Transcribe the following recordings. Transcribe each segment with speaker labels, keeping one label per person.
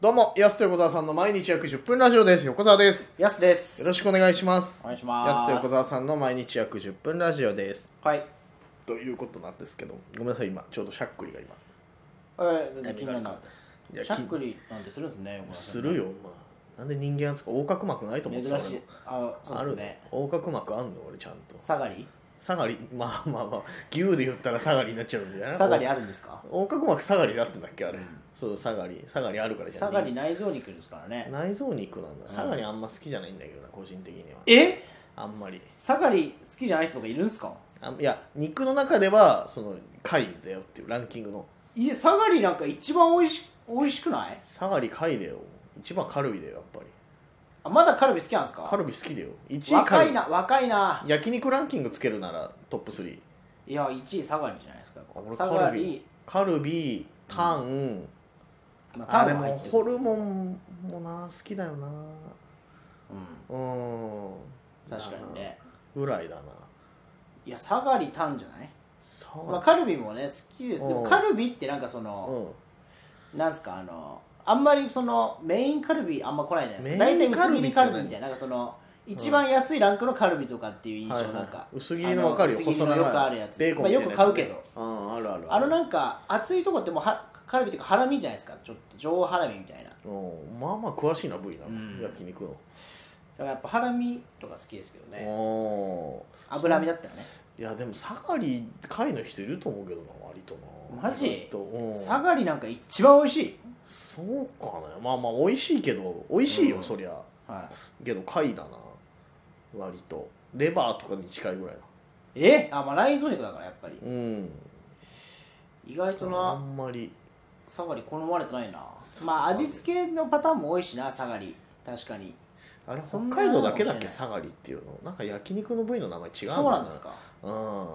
Speaker 1: どうも、やすと横澤さんの毎日約10分ラジオです。横澤です。
Speaker 2: やすです
Speaker 1: よろしくお願いします。
Speaker 2: お願いします
Speaker 1: やすと横澤さんの毎日約10分ラジオです。
Speaker 2: はい
Speaker 1: ということなんですけど、ごめんなさい、今、ちょうどしゃっくりが今。
Speaker 2: えー全然気にならなかったです
Speaker 1: いや
Speaker 2: しゃっくりなんてするんですね横田さ
Speaker 1: す
Speaker 2: ん
Speaker 1: るよ、お前。なんで人間なんつうか、横隔膜ないと思ってた
Speaker 2: 珍しいあ
Speaker 1: 俺
Speaker 2: そう
Speaker 1: あ
Speaker 2: で
Speaker 1: る
Speaker 2: すね
Speaker 1: 横隔膜あんの俺ちゃんと。
Speaker 2: 下がり
Speaker 1: 下がり、まあまあまあ、牛で言ったら下がりになっちゃうんじゃない
Speaker 2: 下がりあるんですか
Speaker 1: 横隔膜下がりだってんだっけ、あれ。そう、下がり。下がりあるからじゃ
Speaker 2: 下
Speaker 1: ん
Speaker 2: がり内臓肉ですからね
Speaker 1: 内臓肉なんだ。下がりあんま好きじゃないんだけどな、個人的には。
Speaker 2: え
Speaker 1: あんまり。
Speaker 2: 下がり好きじゃない人がいるんですか
Speaker 1: あいや肉の中ではその貝だよっていうランキングの
Speaker 2: いや下がりなんか一番おいし美味しくない
Speaker 1: 下がり貝だよ一番カルビだよやっぱり
Speaker 2: あまだカルビ好きなんです
Speaker 1: カ
Speaker 2: か
Speaker 1: ルビ好きだよ1位カ
Speaker 2: 若
Speaker 1: ル
Speaker 2: い
Speaker 1: ビ
Speaker 2: な若いな
Speaker 1: 焼肉ランキングつけるならトップ3
Speaker 2: いや1位下がりじゃないですか
Speaker 1: あ俺
Speaker 2: 下
Speaker 1: カ
Speaker 2: が
Speaker 1: ルビ
Speaker 2: り、
Speaker 1: カルビタン、
Speaker 2: まあ、
Speaker 1: あ
Speaker 2: タ
Speaker 1: れ
Speaker 2: ンは入
Speaker 1: も
Speaker 2: ってる
Speaker 1: ホルモンもな好きだよな
Speaker 2: う
Speaker 1: う
Speaker 2: ん
Speaker 1: ん
Speaker 2: 確かにね
Speaker 1: ぐらいだない
Speaker 2: や下がりタンじゃない
Speaker 1: さ
Speaker 2: まあ、カルビもね好きですで
Speaker 1: う
Speaker 2: も
Speaker 1: ん
Speaker 2: カルビってなんかそ
Speaker 1: あ
Speaker 2: の、
Speaker 1: うん
Speaker 2: なんすかあのあんまりそのメインカルビあんま来ないじゃないですか
Speaker 1: メ
Speaker 2: 大
Speaker 1: イ
Speaker 2: 体
Speaker 1: ンカ
Speaker 2: 薄
Speaker 1: ルビっ
Speaker 2: 切
Speaker 1: て
Speaker 2: りカルビみたいななんかその一番安いランクのカルビとかっていう印象
Speaker 1: はい
Speaker 2: なんか、
Speaker 1: はい薄切りのわかるよ
Speaker 2: あの薄切りのよくあるやつ
Speaker 1: ベーコン
Speaker 2: まあ、
Speaker 1: みた
Speaker 2: よ
Speaker 1: いなやつ
Speaker 2: く買うけど
Speaker 1: うんあるある
Speaker 2: あのなんか熱いとこってもうはカルビっていうかハラミじゃないですかちょっと上ハラミみたいなだか
Speaker 1: うんまあまあ詳しいな部位な、
Speaker 2: ん
Speaker 1: 焼肉の
Speaker 2: らやっぱハラミとか好きですけどね
Speaker 1: お
Speaker 2: 脂身だったらね
Speaker 1: いやでもサガリ貝の人いると思うけどな割とな
Speaker 2: マジ
Speaker 1: 割とうん
Speaker 2: サガリなんか一番美味しい、
Speaker 1: そうかねまあまあ美味しいけど美味しいよ、
Speaker 2: うん
Speaker 1: そりゃ
Speaker 2: は、
Speaker 1: けど貝だな割とレバーとかに近いぐらいない
Speaker 2: えあまあ内臓肉だからやっぱり
Speaker 1: うん
Speaker 2: 意外と
Speaker 1: あ
Speaker 2: なん
Speaker 1: まり
Speaker 2: サガリ好まれてないなまあ味付けのパターンも多いしなサガリ確かに
Speaker 1: あれ北
Speaker 2: そんな
Speaker 1: 海道だけだっ
Speaker 2: か
Speaker 1: け
Speaker 2: もし
Speaker 1: サガリっていうのなんか焼肉の部位の名前違う
Speaker 2: そうなんですか
Speaker 1: うん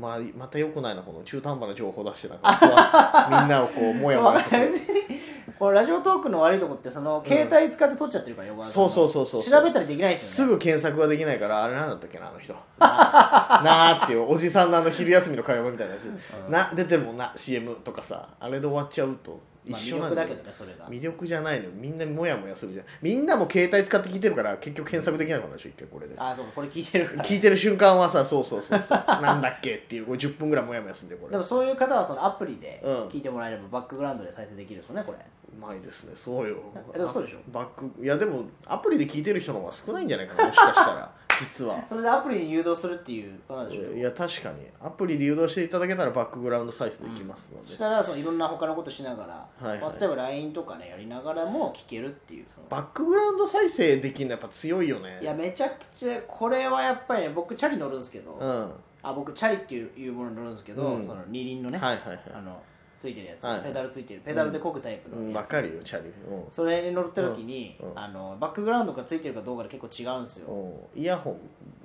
Speaker 1: まあ、またよくないなこの中途半端な情報出してたからみんなをこうもやもやさせる
Speaker 2: 別に これラジオトークの悪いとこってその携帯使って撮っちゃってるからよくある
Speaker 1: そうそうそうそう
Speaker 2: 調べたりできないです
Speaker 1: す
Speaker 2: よね
Speaker 1: ぐ検索ができないからあれなんだったっけなあの 人ななあっていうおじさんのあの昼休みの会話みたいなやつ、な出てるもんな CM とかさあれで終わっちゃうと一
Speaker 2: まあ
Speaker 1: 緒
Speaker 2: 魅
Speaker 1: な
Speaker 2: 力
Speaker 1: ん
Speaker 2: だけどねそれが
Speaker 1: 魅力じゃないのよみんなモヤモヤするじゃんみんなも携帯使って聞いてるから結局検索できなくなるでしょ一回これで
Speaker 2: あそうかこれ聞いてるから
Speaker 1: 聞いてる瞬間はさそうそうそうそう なんだっけっていうこれ10分ぐらいモヤモヤすんでこれ
Speaker 2: でもそういう方はそのアプリで
Speaker 1: うん
Speaker 2: 聞いてもらえればバックグラウンドで再生できるんですよねこれ
Speaker 1: うまいですねそうよ
Speaker 2: えでもそうでしょ
Speaker 1: バックいやでもアプリで聞いてる人の方が少ないんじゃないかなもしかした ら実は
Speaker 2: それでアプリに誘導するっていうことなんでしょうよ
Speaker 1: いや確かにアプリで誘導していただけたらバックグラウンド再生できますので、
Speaker 2: そしたらそのいろんな他のことしながら、
Speaker 1: はいはい
Speaker 2: まあ、例えば LINE とかねやりながらも聞けるっていうその
Speaker 1: バックグラウンド再生できるのやっぱ強いよね
Speaker 2: いやめちゃくちゃこれはやっぱりね僕チャリ乗るんですけど、
Speaker 1: うんは
Speaker 2: あ僕チャリっていういうものに乗るんですけど、
Speaker 1: うん
Speaker 2: その二輪の
Speaker 1: い
Speaker 2: ね、
Speaker 1: はいはい
Speaker 2: あのついてるやつ、
Speaker 1: はいはい
Speaker 2: ペダルついてるペダルで漕ぐタイプ
Speaker 1: うん
Speaker 2: の
Speaker 1: わ
Speaker 2: やつ、
Speaker 1: かるよチャリうん
Speaker 2: それに乗った時に、
Speaker 1: うんうん
Speaker 2: あのバックグラウンドがついてるかどうかで結構違うんですよ、
Speaker 1: うんイヤホ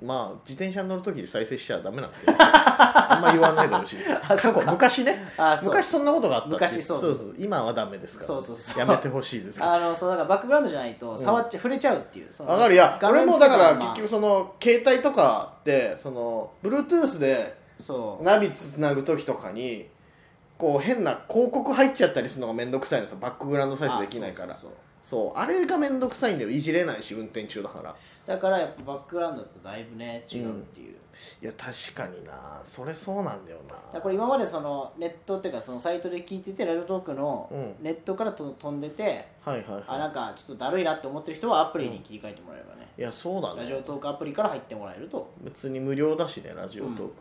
Speaker 1: ンまあ自転車に乗る時に再生しちゃダメなんですけど あんま言わないでほしいです
Speaker 2: あそうか
Speaker 1: 過去昔ね
Speaker 2: あそう
Speaker 1: 昔そんなことがあったって
Speaker 2: 昔そう
Speaker 1: そうそう今はダメですから、
Speaker 2: そうそうそう
Speaker 1: やめてほしいですけど
Speaker 2: あのそうだからバックグラウンドじゃないと触っちゃ、触れちゃうっていうその
Speaker 1: わかるいや
Speaker 2: 画
Speaker 1: 俺
Speaker 2: 面
Speaker 1: もだか
Speaker 2: つ
Speaker 1: ら
Speaker 2: けたまま
Speaker 1: 結局その携帯とかってその Bluetooth で
Speaker 2: そう
Speaker 1: ナビつなぐ時とかにこう変な広告入っちゃったりするのがめんどくさいのさバックグラウンド再生できないから
Speaker 2: あ
Speaker 1: そ
Speaker 2: そううそうそう
Speaker 1: あれがめんどくさいんだよいじれないし運転中だから
Speaker 2: だからやっぱバックグラウンドだとだいぶね違うっていう、
Speaker 1: いや確かになそれそうなんだよ
Speaker 2: だから
Speaker 1: な
Speaker 2: これ今までそのネットっていうかそのサイトで聞いててラジオトークの
Speaker 1: う
Speaker 2: ネットからと飛んでて、
Speaker 1: はいはい
Speaker 2: あ
Speaker 1: は
Speaker 2: なんかちょっとだるいなって思ってる人はアプリに切り替えてもらえればね、
Speaker 1: いいやそうだ
Speaker 2: ラジオ
Speaker 1: ね
Speaker 2: トークアプリから入ってもらえると
Speaker 1: 別に無料だしねラジオトーク、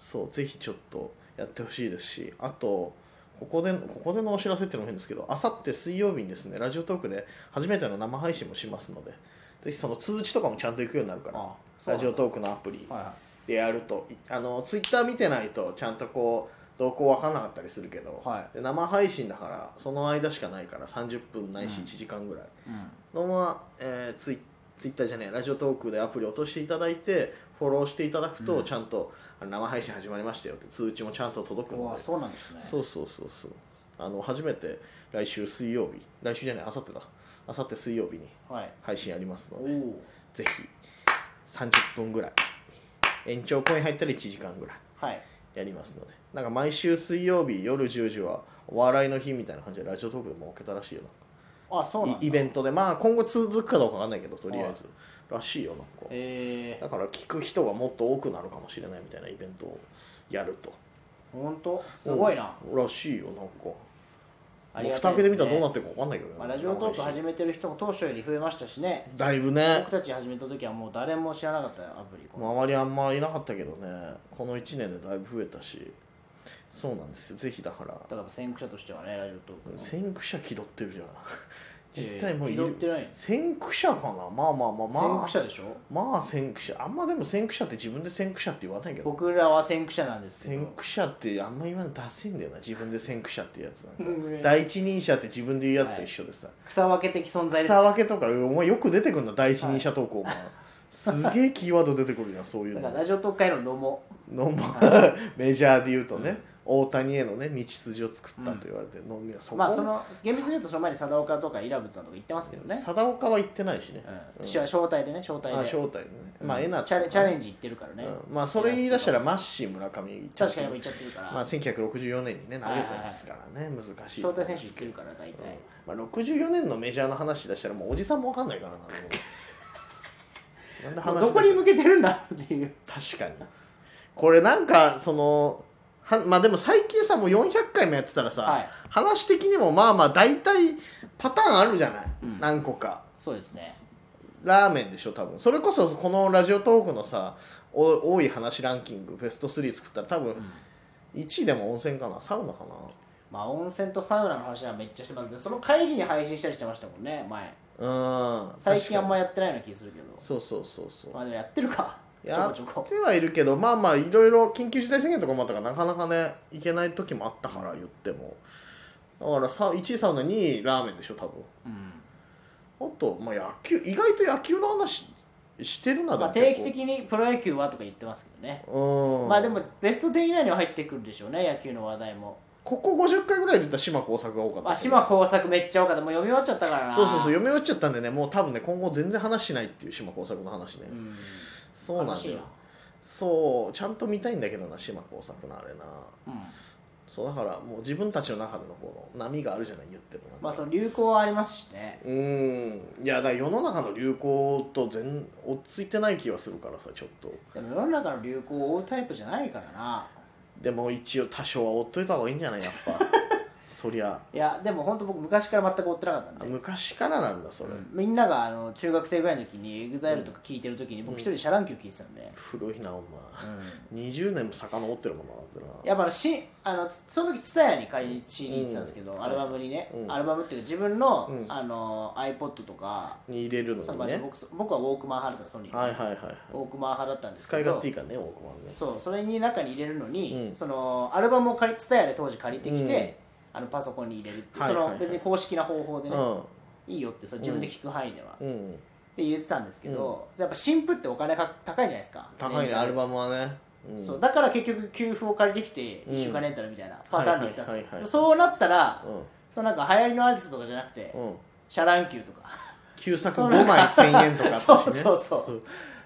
Speaker 1: そうぜひちょっとやってほしいですしあとここでここでのお知らせっていうのも変ですけどあさって水曜日にですねラジオトークで初めての生配信もしますのでぜひその通知とかもちゃんと行くようになるから
Speaker 2: あそ
Speaker 1: ラ
Speaker 2: うなん
Speaker 1: ジ
Speaker 2: だ
Speaker 1: オトークのアプリ
Speaker 2: はいはい
Speaker 1: でやるといあのツイッター見てないとちゃんとこう動向わかんなかったりするけど、
Speaker 2: は
Speaker 1: で生配信だからその間しかないから30分ないし
Speaker 2: うん
Speaker 1: 1時間ぐらい
Speaker 2: うん
Speaker 1: のまま、えーツイツイッターじゃねえラジオトークでアプリ落としていただいてフォローしていただくと、
Speaker 2: うん
Speaker 1: ちゃんとあの生配信始まりましたよって通知もちゃんと届く
Speaker 2: う
Speaker 1: の
Speaker 2: わ
Speaker 1: で
Speaker 2: そうなんですね
Speaker 1: そうそうそうそうあの初めて来週水曜日来週じゃないあさってだあさって水曜日に
Speaker 2: はい
Speaker 1: 配信やります
Speaker 2: お
Speaker 1: ので
Speaker 2: お
Speaker 1: ぜひ30分ぐらい延長公演入ったら1時間ぐらい
Speaker 2: はい
Speaker 1: やりますのでなんか毎週水曜日夜10時はお笑いの日みたいな感じでラジオトークで設けたらしいよ
Speaker 2: あそうなん
Speaker 1: な
Speaker 2: だ
Speaker 1: イイベントでまあ今後続くかどうかわかんないけどとりあえずらしいよなんか
Speaker 2: えー、
Speaker 1: だから聞く人がもっと多くなるかもしれないみたいなイベントをやると
Speaker 2: ほんとすごいな、
Speaker 1: うんらしいよなんかもう蓋開けて
Speaker 2: ありがたいですね
Speaker 1: みたらどうなってるかわかんないけどね
Speaker 2: まあ、ラジオトーク始めてる人も当初より増えましたしね
Speaker 1: だいぶね
Speaker 2: 僕たち始めた時はもう誰も知らなかったよアプリ
Speaker 1: 周りあんまいなかったけどねこの1年でだいぶ増えたしそうなんですよぜひだから
Speaker 2: だから先駆者としてはねラジオトークの
Speaker 1: 先駆者気取ってるじゃん 実際もうい
Speaker 2: えー
Speaker 1: る、
Speaker 2: 拾ってない
Speaker 1: 先駆者かなまあまあまあまあ
Speaker 2: 先駆者でしょ
Speaker 1: まあ先駆者あんまでも先駆者って自分で先駆者って言わないけど
Speaker 2: 僕らは先駆者なんですけ
Speaker 1: 先
Speaker 2: ど
Speaker 1: 駆者ってあんま言わないダセいんだよな自分で先駆者ってやつなんか
Speaker 2: うん
Speaker 1: 第一人者って自分で言うやつと一緒でさ、
Speaker 2: 草分け的存在です
Speaker 1: 草分けとかお前よく出てくるんだ第一人者投稿が、すげえキーワード出てくるじゃんそういう
Speaker 2: だ
Speaker 1: の
Speaker 2: からラジオトーク界の野茂
Speaker 1: のま メジャーで言うとね、大谷へのね道筋を作ったと言われてるの、いやそこ
Speaker 2: まあその厳密に言うとその前に貞岡とかイラブさんとか言ってますけどね、
Speaker 1: 貞岡は行ってないしね、
Speaker 2: うん、私は招待でね招待で
Speaker 1: あ招待ね、まあえな
Speaker 2: チャレチャレンジ行ってるからね、
Speaker 1: まあそれ言い出したらマッシー村上行っちゃう
Speaker 2: 確かにもう行っちゃってるから、
Speaker 1: まあ、1964年にね投げてますからね、難しい
Speaker 2: 招待選手行ってるから大体、
Speaker 1: まあ、64年のメジャーの話出したらもうおじさんも分かんないから ななんで
Speaker 2: もう
Speaker 1: 話
Speaker 2: どこに
Speaker 1: 出
Speaker 2: 向けてるんだっていう
Speaker 1: した確かにこれなんかそのはまあでも最近さもう400回もやってたらさ、
Speaker 2: はい
Speaker 1: 話的にもまあまあ大体パターンあるじゃない、何個か
Speaker 2: そうですね
Speaker 1: ラーメンでしょ多分それこそこのラジオトークのさお多い話ランキングベスト3作ったら多分1位でも温泉かなサウナか
Speaker 2: まあ温泉とサウナの話はめっちゃしてたんでその帰りに配信したりしてましたもんね前
Speaker 1: なうん
Speaker 2: 最近あんま
Speaker 1: り
Speaker 2: やってないような気がするけど
Speaker 1: そうそうそうそう
Speaker 2: まあでもやってるかちょ
Speaker 1: や
Speaker 2: こちょこ
Speaker 1: ってはいるけどまあまあいろいろ緊急事態宣言とかもあったからなかなかね行けない時もあったから言ってもだからさ1位サウナ2位ラーメンでしょ多分
Speaker 2: うん
Speaker 1: あと、まあ、野球意外と野球の話してるな
Speaker 2: まあ、
Speaker 1: でも
Speaker 2: 定
Speaker 1: 結
Speaker 2: 期
Speaker 1: 構
Speaker 2: 的にプロ野球はとか言ってますけどね、
Speaker 1: うん
Speaker 2: まあでもベスト10以内には入ってくるでしょうね野球の話題も
Speaker 1: ここ50回ぐらいで言ったら島耕作が多かったけど
Speaker 2: あ島耕作めっちゃ多かったもう読み終わっちゃったからな
Speaker 1: そうそうそう読み終わっちゃったんでねもう多分ね今後全然話しないっていう島耕作の話ね、
Speaker 2: うん
Speaker 1: そうなん
Speaker 2: 楽
Speaker 1: だ
Speaker 2: しい
Speaker 1: よそうちゃんと見たいんだけどな島耕作のあれな
Speaker 2: うん
Speaker 1: そうだからもう自分たちの中でのこの波があるじゃない言ってるの
Speaker 2: まあその流行はありますしね
Speaker 1: うーんいやだから世の中の流行と全落ち着いてない気はするからさちょっと
Speaker 2: でも世の中の流行を追うタイプじゃないからな
Speaker 1: でも一応多少は追っといた方がいいんじゃないやっ ぱそりゃ
Speaker 2: いやでも本当僕昔から全く追ってなかったん
Speaker 1: あ
Speaker 2: で
Speaker 1: 昔からなんだそれ、
Speaker 2: みんながあの中学生ぐらいの時に EXILE とか聴いてる時に僕一人でシャランキュー聴いてたんで、
Speaker 1: 古いなお前、20年も遡ってるもんなだってな
Speaker 2: やっぱしあのその時蔦屋に買いに CD 行ってたんですけど、アルバムにね、アルバムっていうか自分の,、あの iPod とか、
Speaker 1: に入れる
Speaker 2: そ
Speaker 1: のに
Speaker 2: うまあ
Speaker 1: ね
Speaker 2: 僕そ僕はウォークマン派だったソニーの、
Speaker 1: はいはいはいはい
Speaker 2: ウォークマン派だったんです
Speaker 1: 使い
Speaker 2: け
Speaker 1: 勝
Speaker 2: ど
Speaker 1: 手いいからね、大久保はね。
Speaker 2: そうそれに中に入れるのに、
Speaker 1: うん
Speaker 2: そのアルバムを借り TSUTAYA で当時借りてきて、あのパソコンに入れるっていう、
Speaker 1: はいはいはい
Speaker 2: その別に公式な方法でね、
Speaker 1: う
Speaker 2: いいよってその自分で聞く範囲では、
Speaker 1: ん、うん、
Speaker 2: で入れてたんですけど、やっぱ新譜ってお金か高いじゃないですか
Speaker 1: 高い
Speaker 2: レン
Speaker 1: ね、
Speaker 2: タル
Speaker 1: アルバムはね。うん、
Speaker 2: そうだから結局給付を借りてきて
Speaker 1: うん
Speaker 2: 1週間レンタルみたいなパターンで言ってたん
Speaker 1: はいはいはい
Speaker 2: ですよ
Speaker 1: はい
Speaker 2: でそうなったら、
Speaker 1: うん、
Speaker 2: そのなんか流行りのアーティストとかじゃなくて、
Speaker 1: うん、
Speaker 2: シャランキューとか
Speaker 1: 旧作
Speaker 2: そ
Speaker 1: 5
Speaker 2: うなんか
Speaker 1: 枚1000円とかあったしね。
Speaker 2: そうそうそう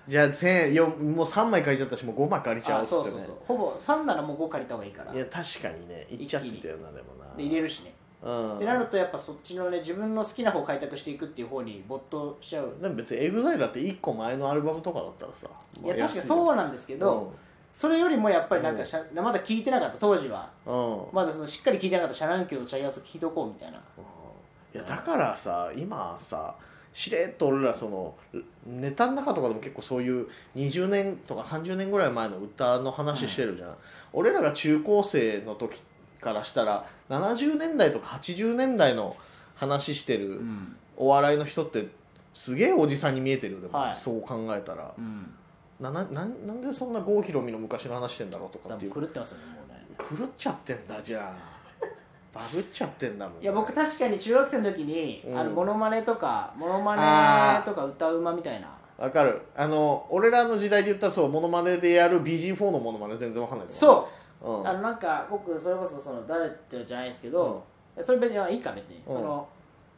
Speaker 1: じゃあ千円よもう3枚借りちゃったしもう5枚借りちゃお
Speaker 2: あ
Speaker 1: うっつ
Speaker 2: そう
Speaker 1: って
Speaker 2: そう
Speaker 1: ね
Speaker 2: そうほぼ3ならもう5借りた方がいいから
Speaker 1: い
Speaker 2: で
Speaker 1: や確かにねいっちゃってたよなでもな
Speaker 2: 入れるしね
Speaker 1: うん
Speaker 2: ってなるとやっぱそっちのね自分の好きな方を開拓していくっていう方に没頭しちゃう
Speaker 1: でも別にエグザイルだって1個前のアルバムとかだったらさ
Speaker 2: いや確かにそうなんですけ
Speaker 1: け
Speaker 2: ど、それよりもやっぱりなんかしゃ、まだ聞いてなかった当時は
Speaker 1: うん、うん
Speaker 2: まだそのしっかり聞いてなかったシャランキューのチャイアスを聞いとこうみたいな、
Speaker 1: いやだからさ今さしれっと俺らそのネタの中とかでも結構そういう20年とか30年ぐらい前の歌の話してるじゃん、俺らが中高生の時からしたら70年代とか80年代の話してる
Speaker 2: ん
Speaker 1: お笑いの人ってすげえおじさんに見えてるよでも、
Speaker 2: はい
Speaker 1: そう考えたら、
Speaker 2: うん、
Speaker 1: なななんなんでそんな郷ひろみの昔の話してんだろうとか
Speaker 2: 多
Speaker 1: っていう
Speaker 2: 分狂ってますよねもうね
Speaker 1: 狂っちゃってんだじゃあバグっちゃってんだもんね、
Speaker 2: いや僕確かに中学生の時に、
Speaker 1: うん
Speaker 2: あのモノマネとかモノマ
Speaker 1: あ
Speaker 2: ネ
Speaker 1: ー
Speaker 2: とか歌うまみたいな
Speaker 1: わかるあの俺らの時代で言ったらそうモノマネでやる BG4 のモノマネ全然わかんない、
Speaker 2: そう
Speaker 1: うん、
Speaker 2: う、あのなんか僕それこそその誰ってじゃないですけど、それ別にいいか別に、
Speaker 1: うん
Speaker 2: その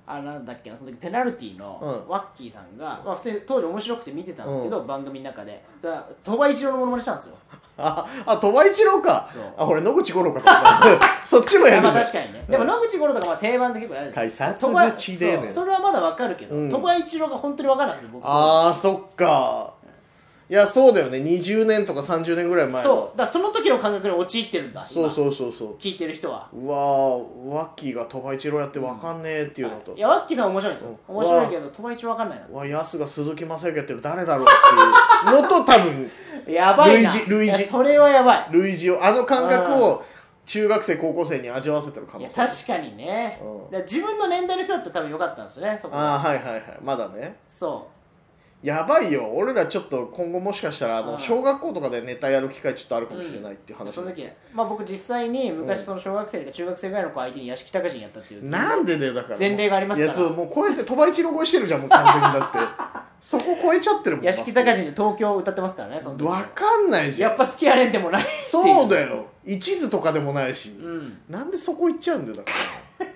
Speaker 2: あなんだっけなその時ペナルティの
Speaker 1: うん
Speaker 2: ワッキーさんが、まあ、普通に当時面白くて見てたんですけど、番組の中でそれは鳥羽一郎のものまねしたんですよ
Speaker 1: ああ鳥羽一郎か
Speaker 2: そう
Speaker 1: あ俺野口五郎かと思った そっちもや
Speaker 2: ま
Speaker 1: る
Speaker 2: あ
Speaker 1: じゃん
Speaker 2: 確かにね、でも野口五郎とかまあ定番で結構やる
Speaker 1: 改札
Speaker 2: 鳥羽
Speaker 1: 口でね
Speaker 2: そうそれはまだわかるけど
Speaker 1: うん
Speaker 2: 鳥羽、一郎が本当にわからなくて僕
Speaker 1: ああそっかいやそうだよね20年とか30年ぐらい前の
Speaker 2: そうだからその時の感覚に陥ってるんだ
Speaker 1: そう
Speaker 2: う
Speaker 1: そうそうそう
Speaker 2: 聞いてる人は
Speaker 1: うわーワッキーが鳥羽一郎やってわかんねえっていうのと、
Speaker 2: いやワッキーさん面白いんですよ
Speaker 1: うん
Speaker 2: 面白いけど鳥羽一郎わかんないな
Speaker 1: うわヤスが鈴木雅之やってる誰だろうっていうのと多分
Speaker 2: やばいな
Speaker 1: 類似類似
Speaker 2: いやそれはやばい
Speaker 1: 類似をあの感覚を中学生高校生に味わわせてる可
Speaker 2: いや
Speaker 1: 能性
Speaker 2: 確かにね、
Speaker 1: うん
Speaker 2: だから自分の年代の人だったら多分よかったんですよねそこ
Speaker 1: ああはいはいはいまだね
Speaker 2: そ
Speaker 1: やばいよ俺らちょっと今後もしかしたらあ
Speaker 2: う
Speaker 1: の
Speaker 2: ん
Speaker 1: 小学校とかでネタやる機会ちょっとあるかもしれないっていう
Speaker 2: う
Speaker 1: 話
Speaker 2: そ
Speaker 1: な
Speaker 2: の
Speaker 1: んです
Speaker 2: 時
Speaker 1: よ、
Speaker 2: まあ僕実際に昔その小学生とか中学生ぐらいの子相手に屋敷隆人やったっていう
Speaker 1: なんでだよだから
Speaker 2: 前例がありますから
Speaker 1: いやそうもう超えて鳥羽一郎超えしてる じゃんもう完全にだってそこ超えちゃってる もん
Speaker 2: 屋敷隆人で東京を歌ってますからねその時
Speaker 1: わかんないじゃ
Speaker 2: や
Speaker 1: ん
Speaker 2: っぱ好きやれんでもないってい
Speaker 1: そうだよ一途とかでもないし、
Speaker 2: うん
Speaker 1: なんでそこ行っちゃうんだよだから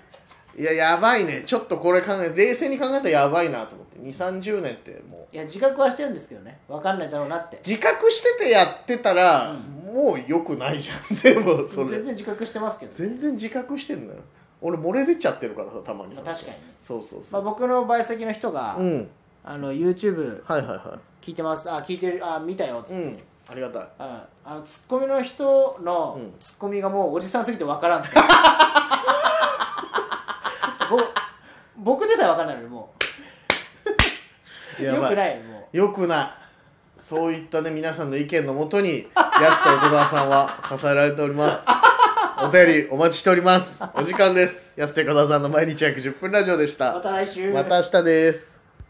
Speaker 1: いややばいねちょっとこれ考え冷静に考えたらやばいなと思って2 3 0年ってもう
Speaker 2: いや自覚はしてるんですけどねわかんないだろうなって
Speaker 1: 自覚しててやってたら、
Speaker 2: うん
Speaker 1: もうよくないじゃん でもそ
Speaker 2: 全
Speaker 1: れ
Speaker 2: 然自覚してますけど、
Speaker 1: 全然自覚してんのよ俺漏れ出ちゃってるからさたまに
Speaker 2: まあ、確かにね、
Speaker 1: そうそう
Speaker 2: ま
Speaker 1: そ
Speaker 2: あ、
Speaker 1: う、
Speaker 2: 僕の倍先の人が、
Speaker 1: うん
Speaker 2: あの YouTube
Speaker 1: はいはいは
Speaker 2: 聞いてますあ聞いてるあ見たよっつっ
Speaker 1: い
Speaker 2: て、
Speaker 1: うんありがたい
Speaker 2: うんあのツッコミの人の
Speaker 1: うん
Speaker 2: ツッコミがもうおじさんすぎてわからんってぼ僕でさえわからないのにもう
Speaker 1: や
Speaker 2: よ
Speaker 1: ば
Speaker 2: くないのも
Speaker 1: よくないそういったね皆さんの意見のもとに安と音川さんは支えられておりますお便りお待ちしておりますお時間です安手小田さんの毎日約10分ラジオでし
Speaker 2: うま
Speaker 1: た
Speaker 2: た来週
Speaker 1: また明日です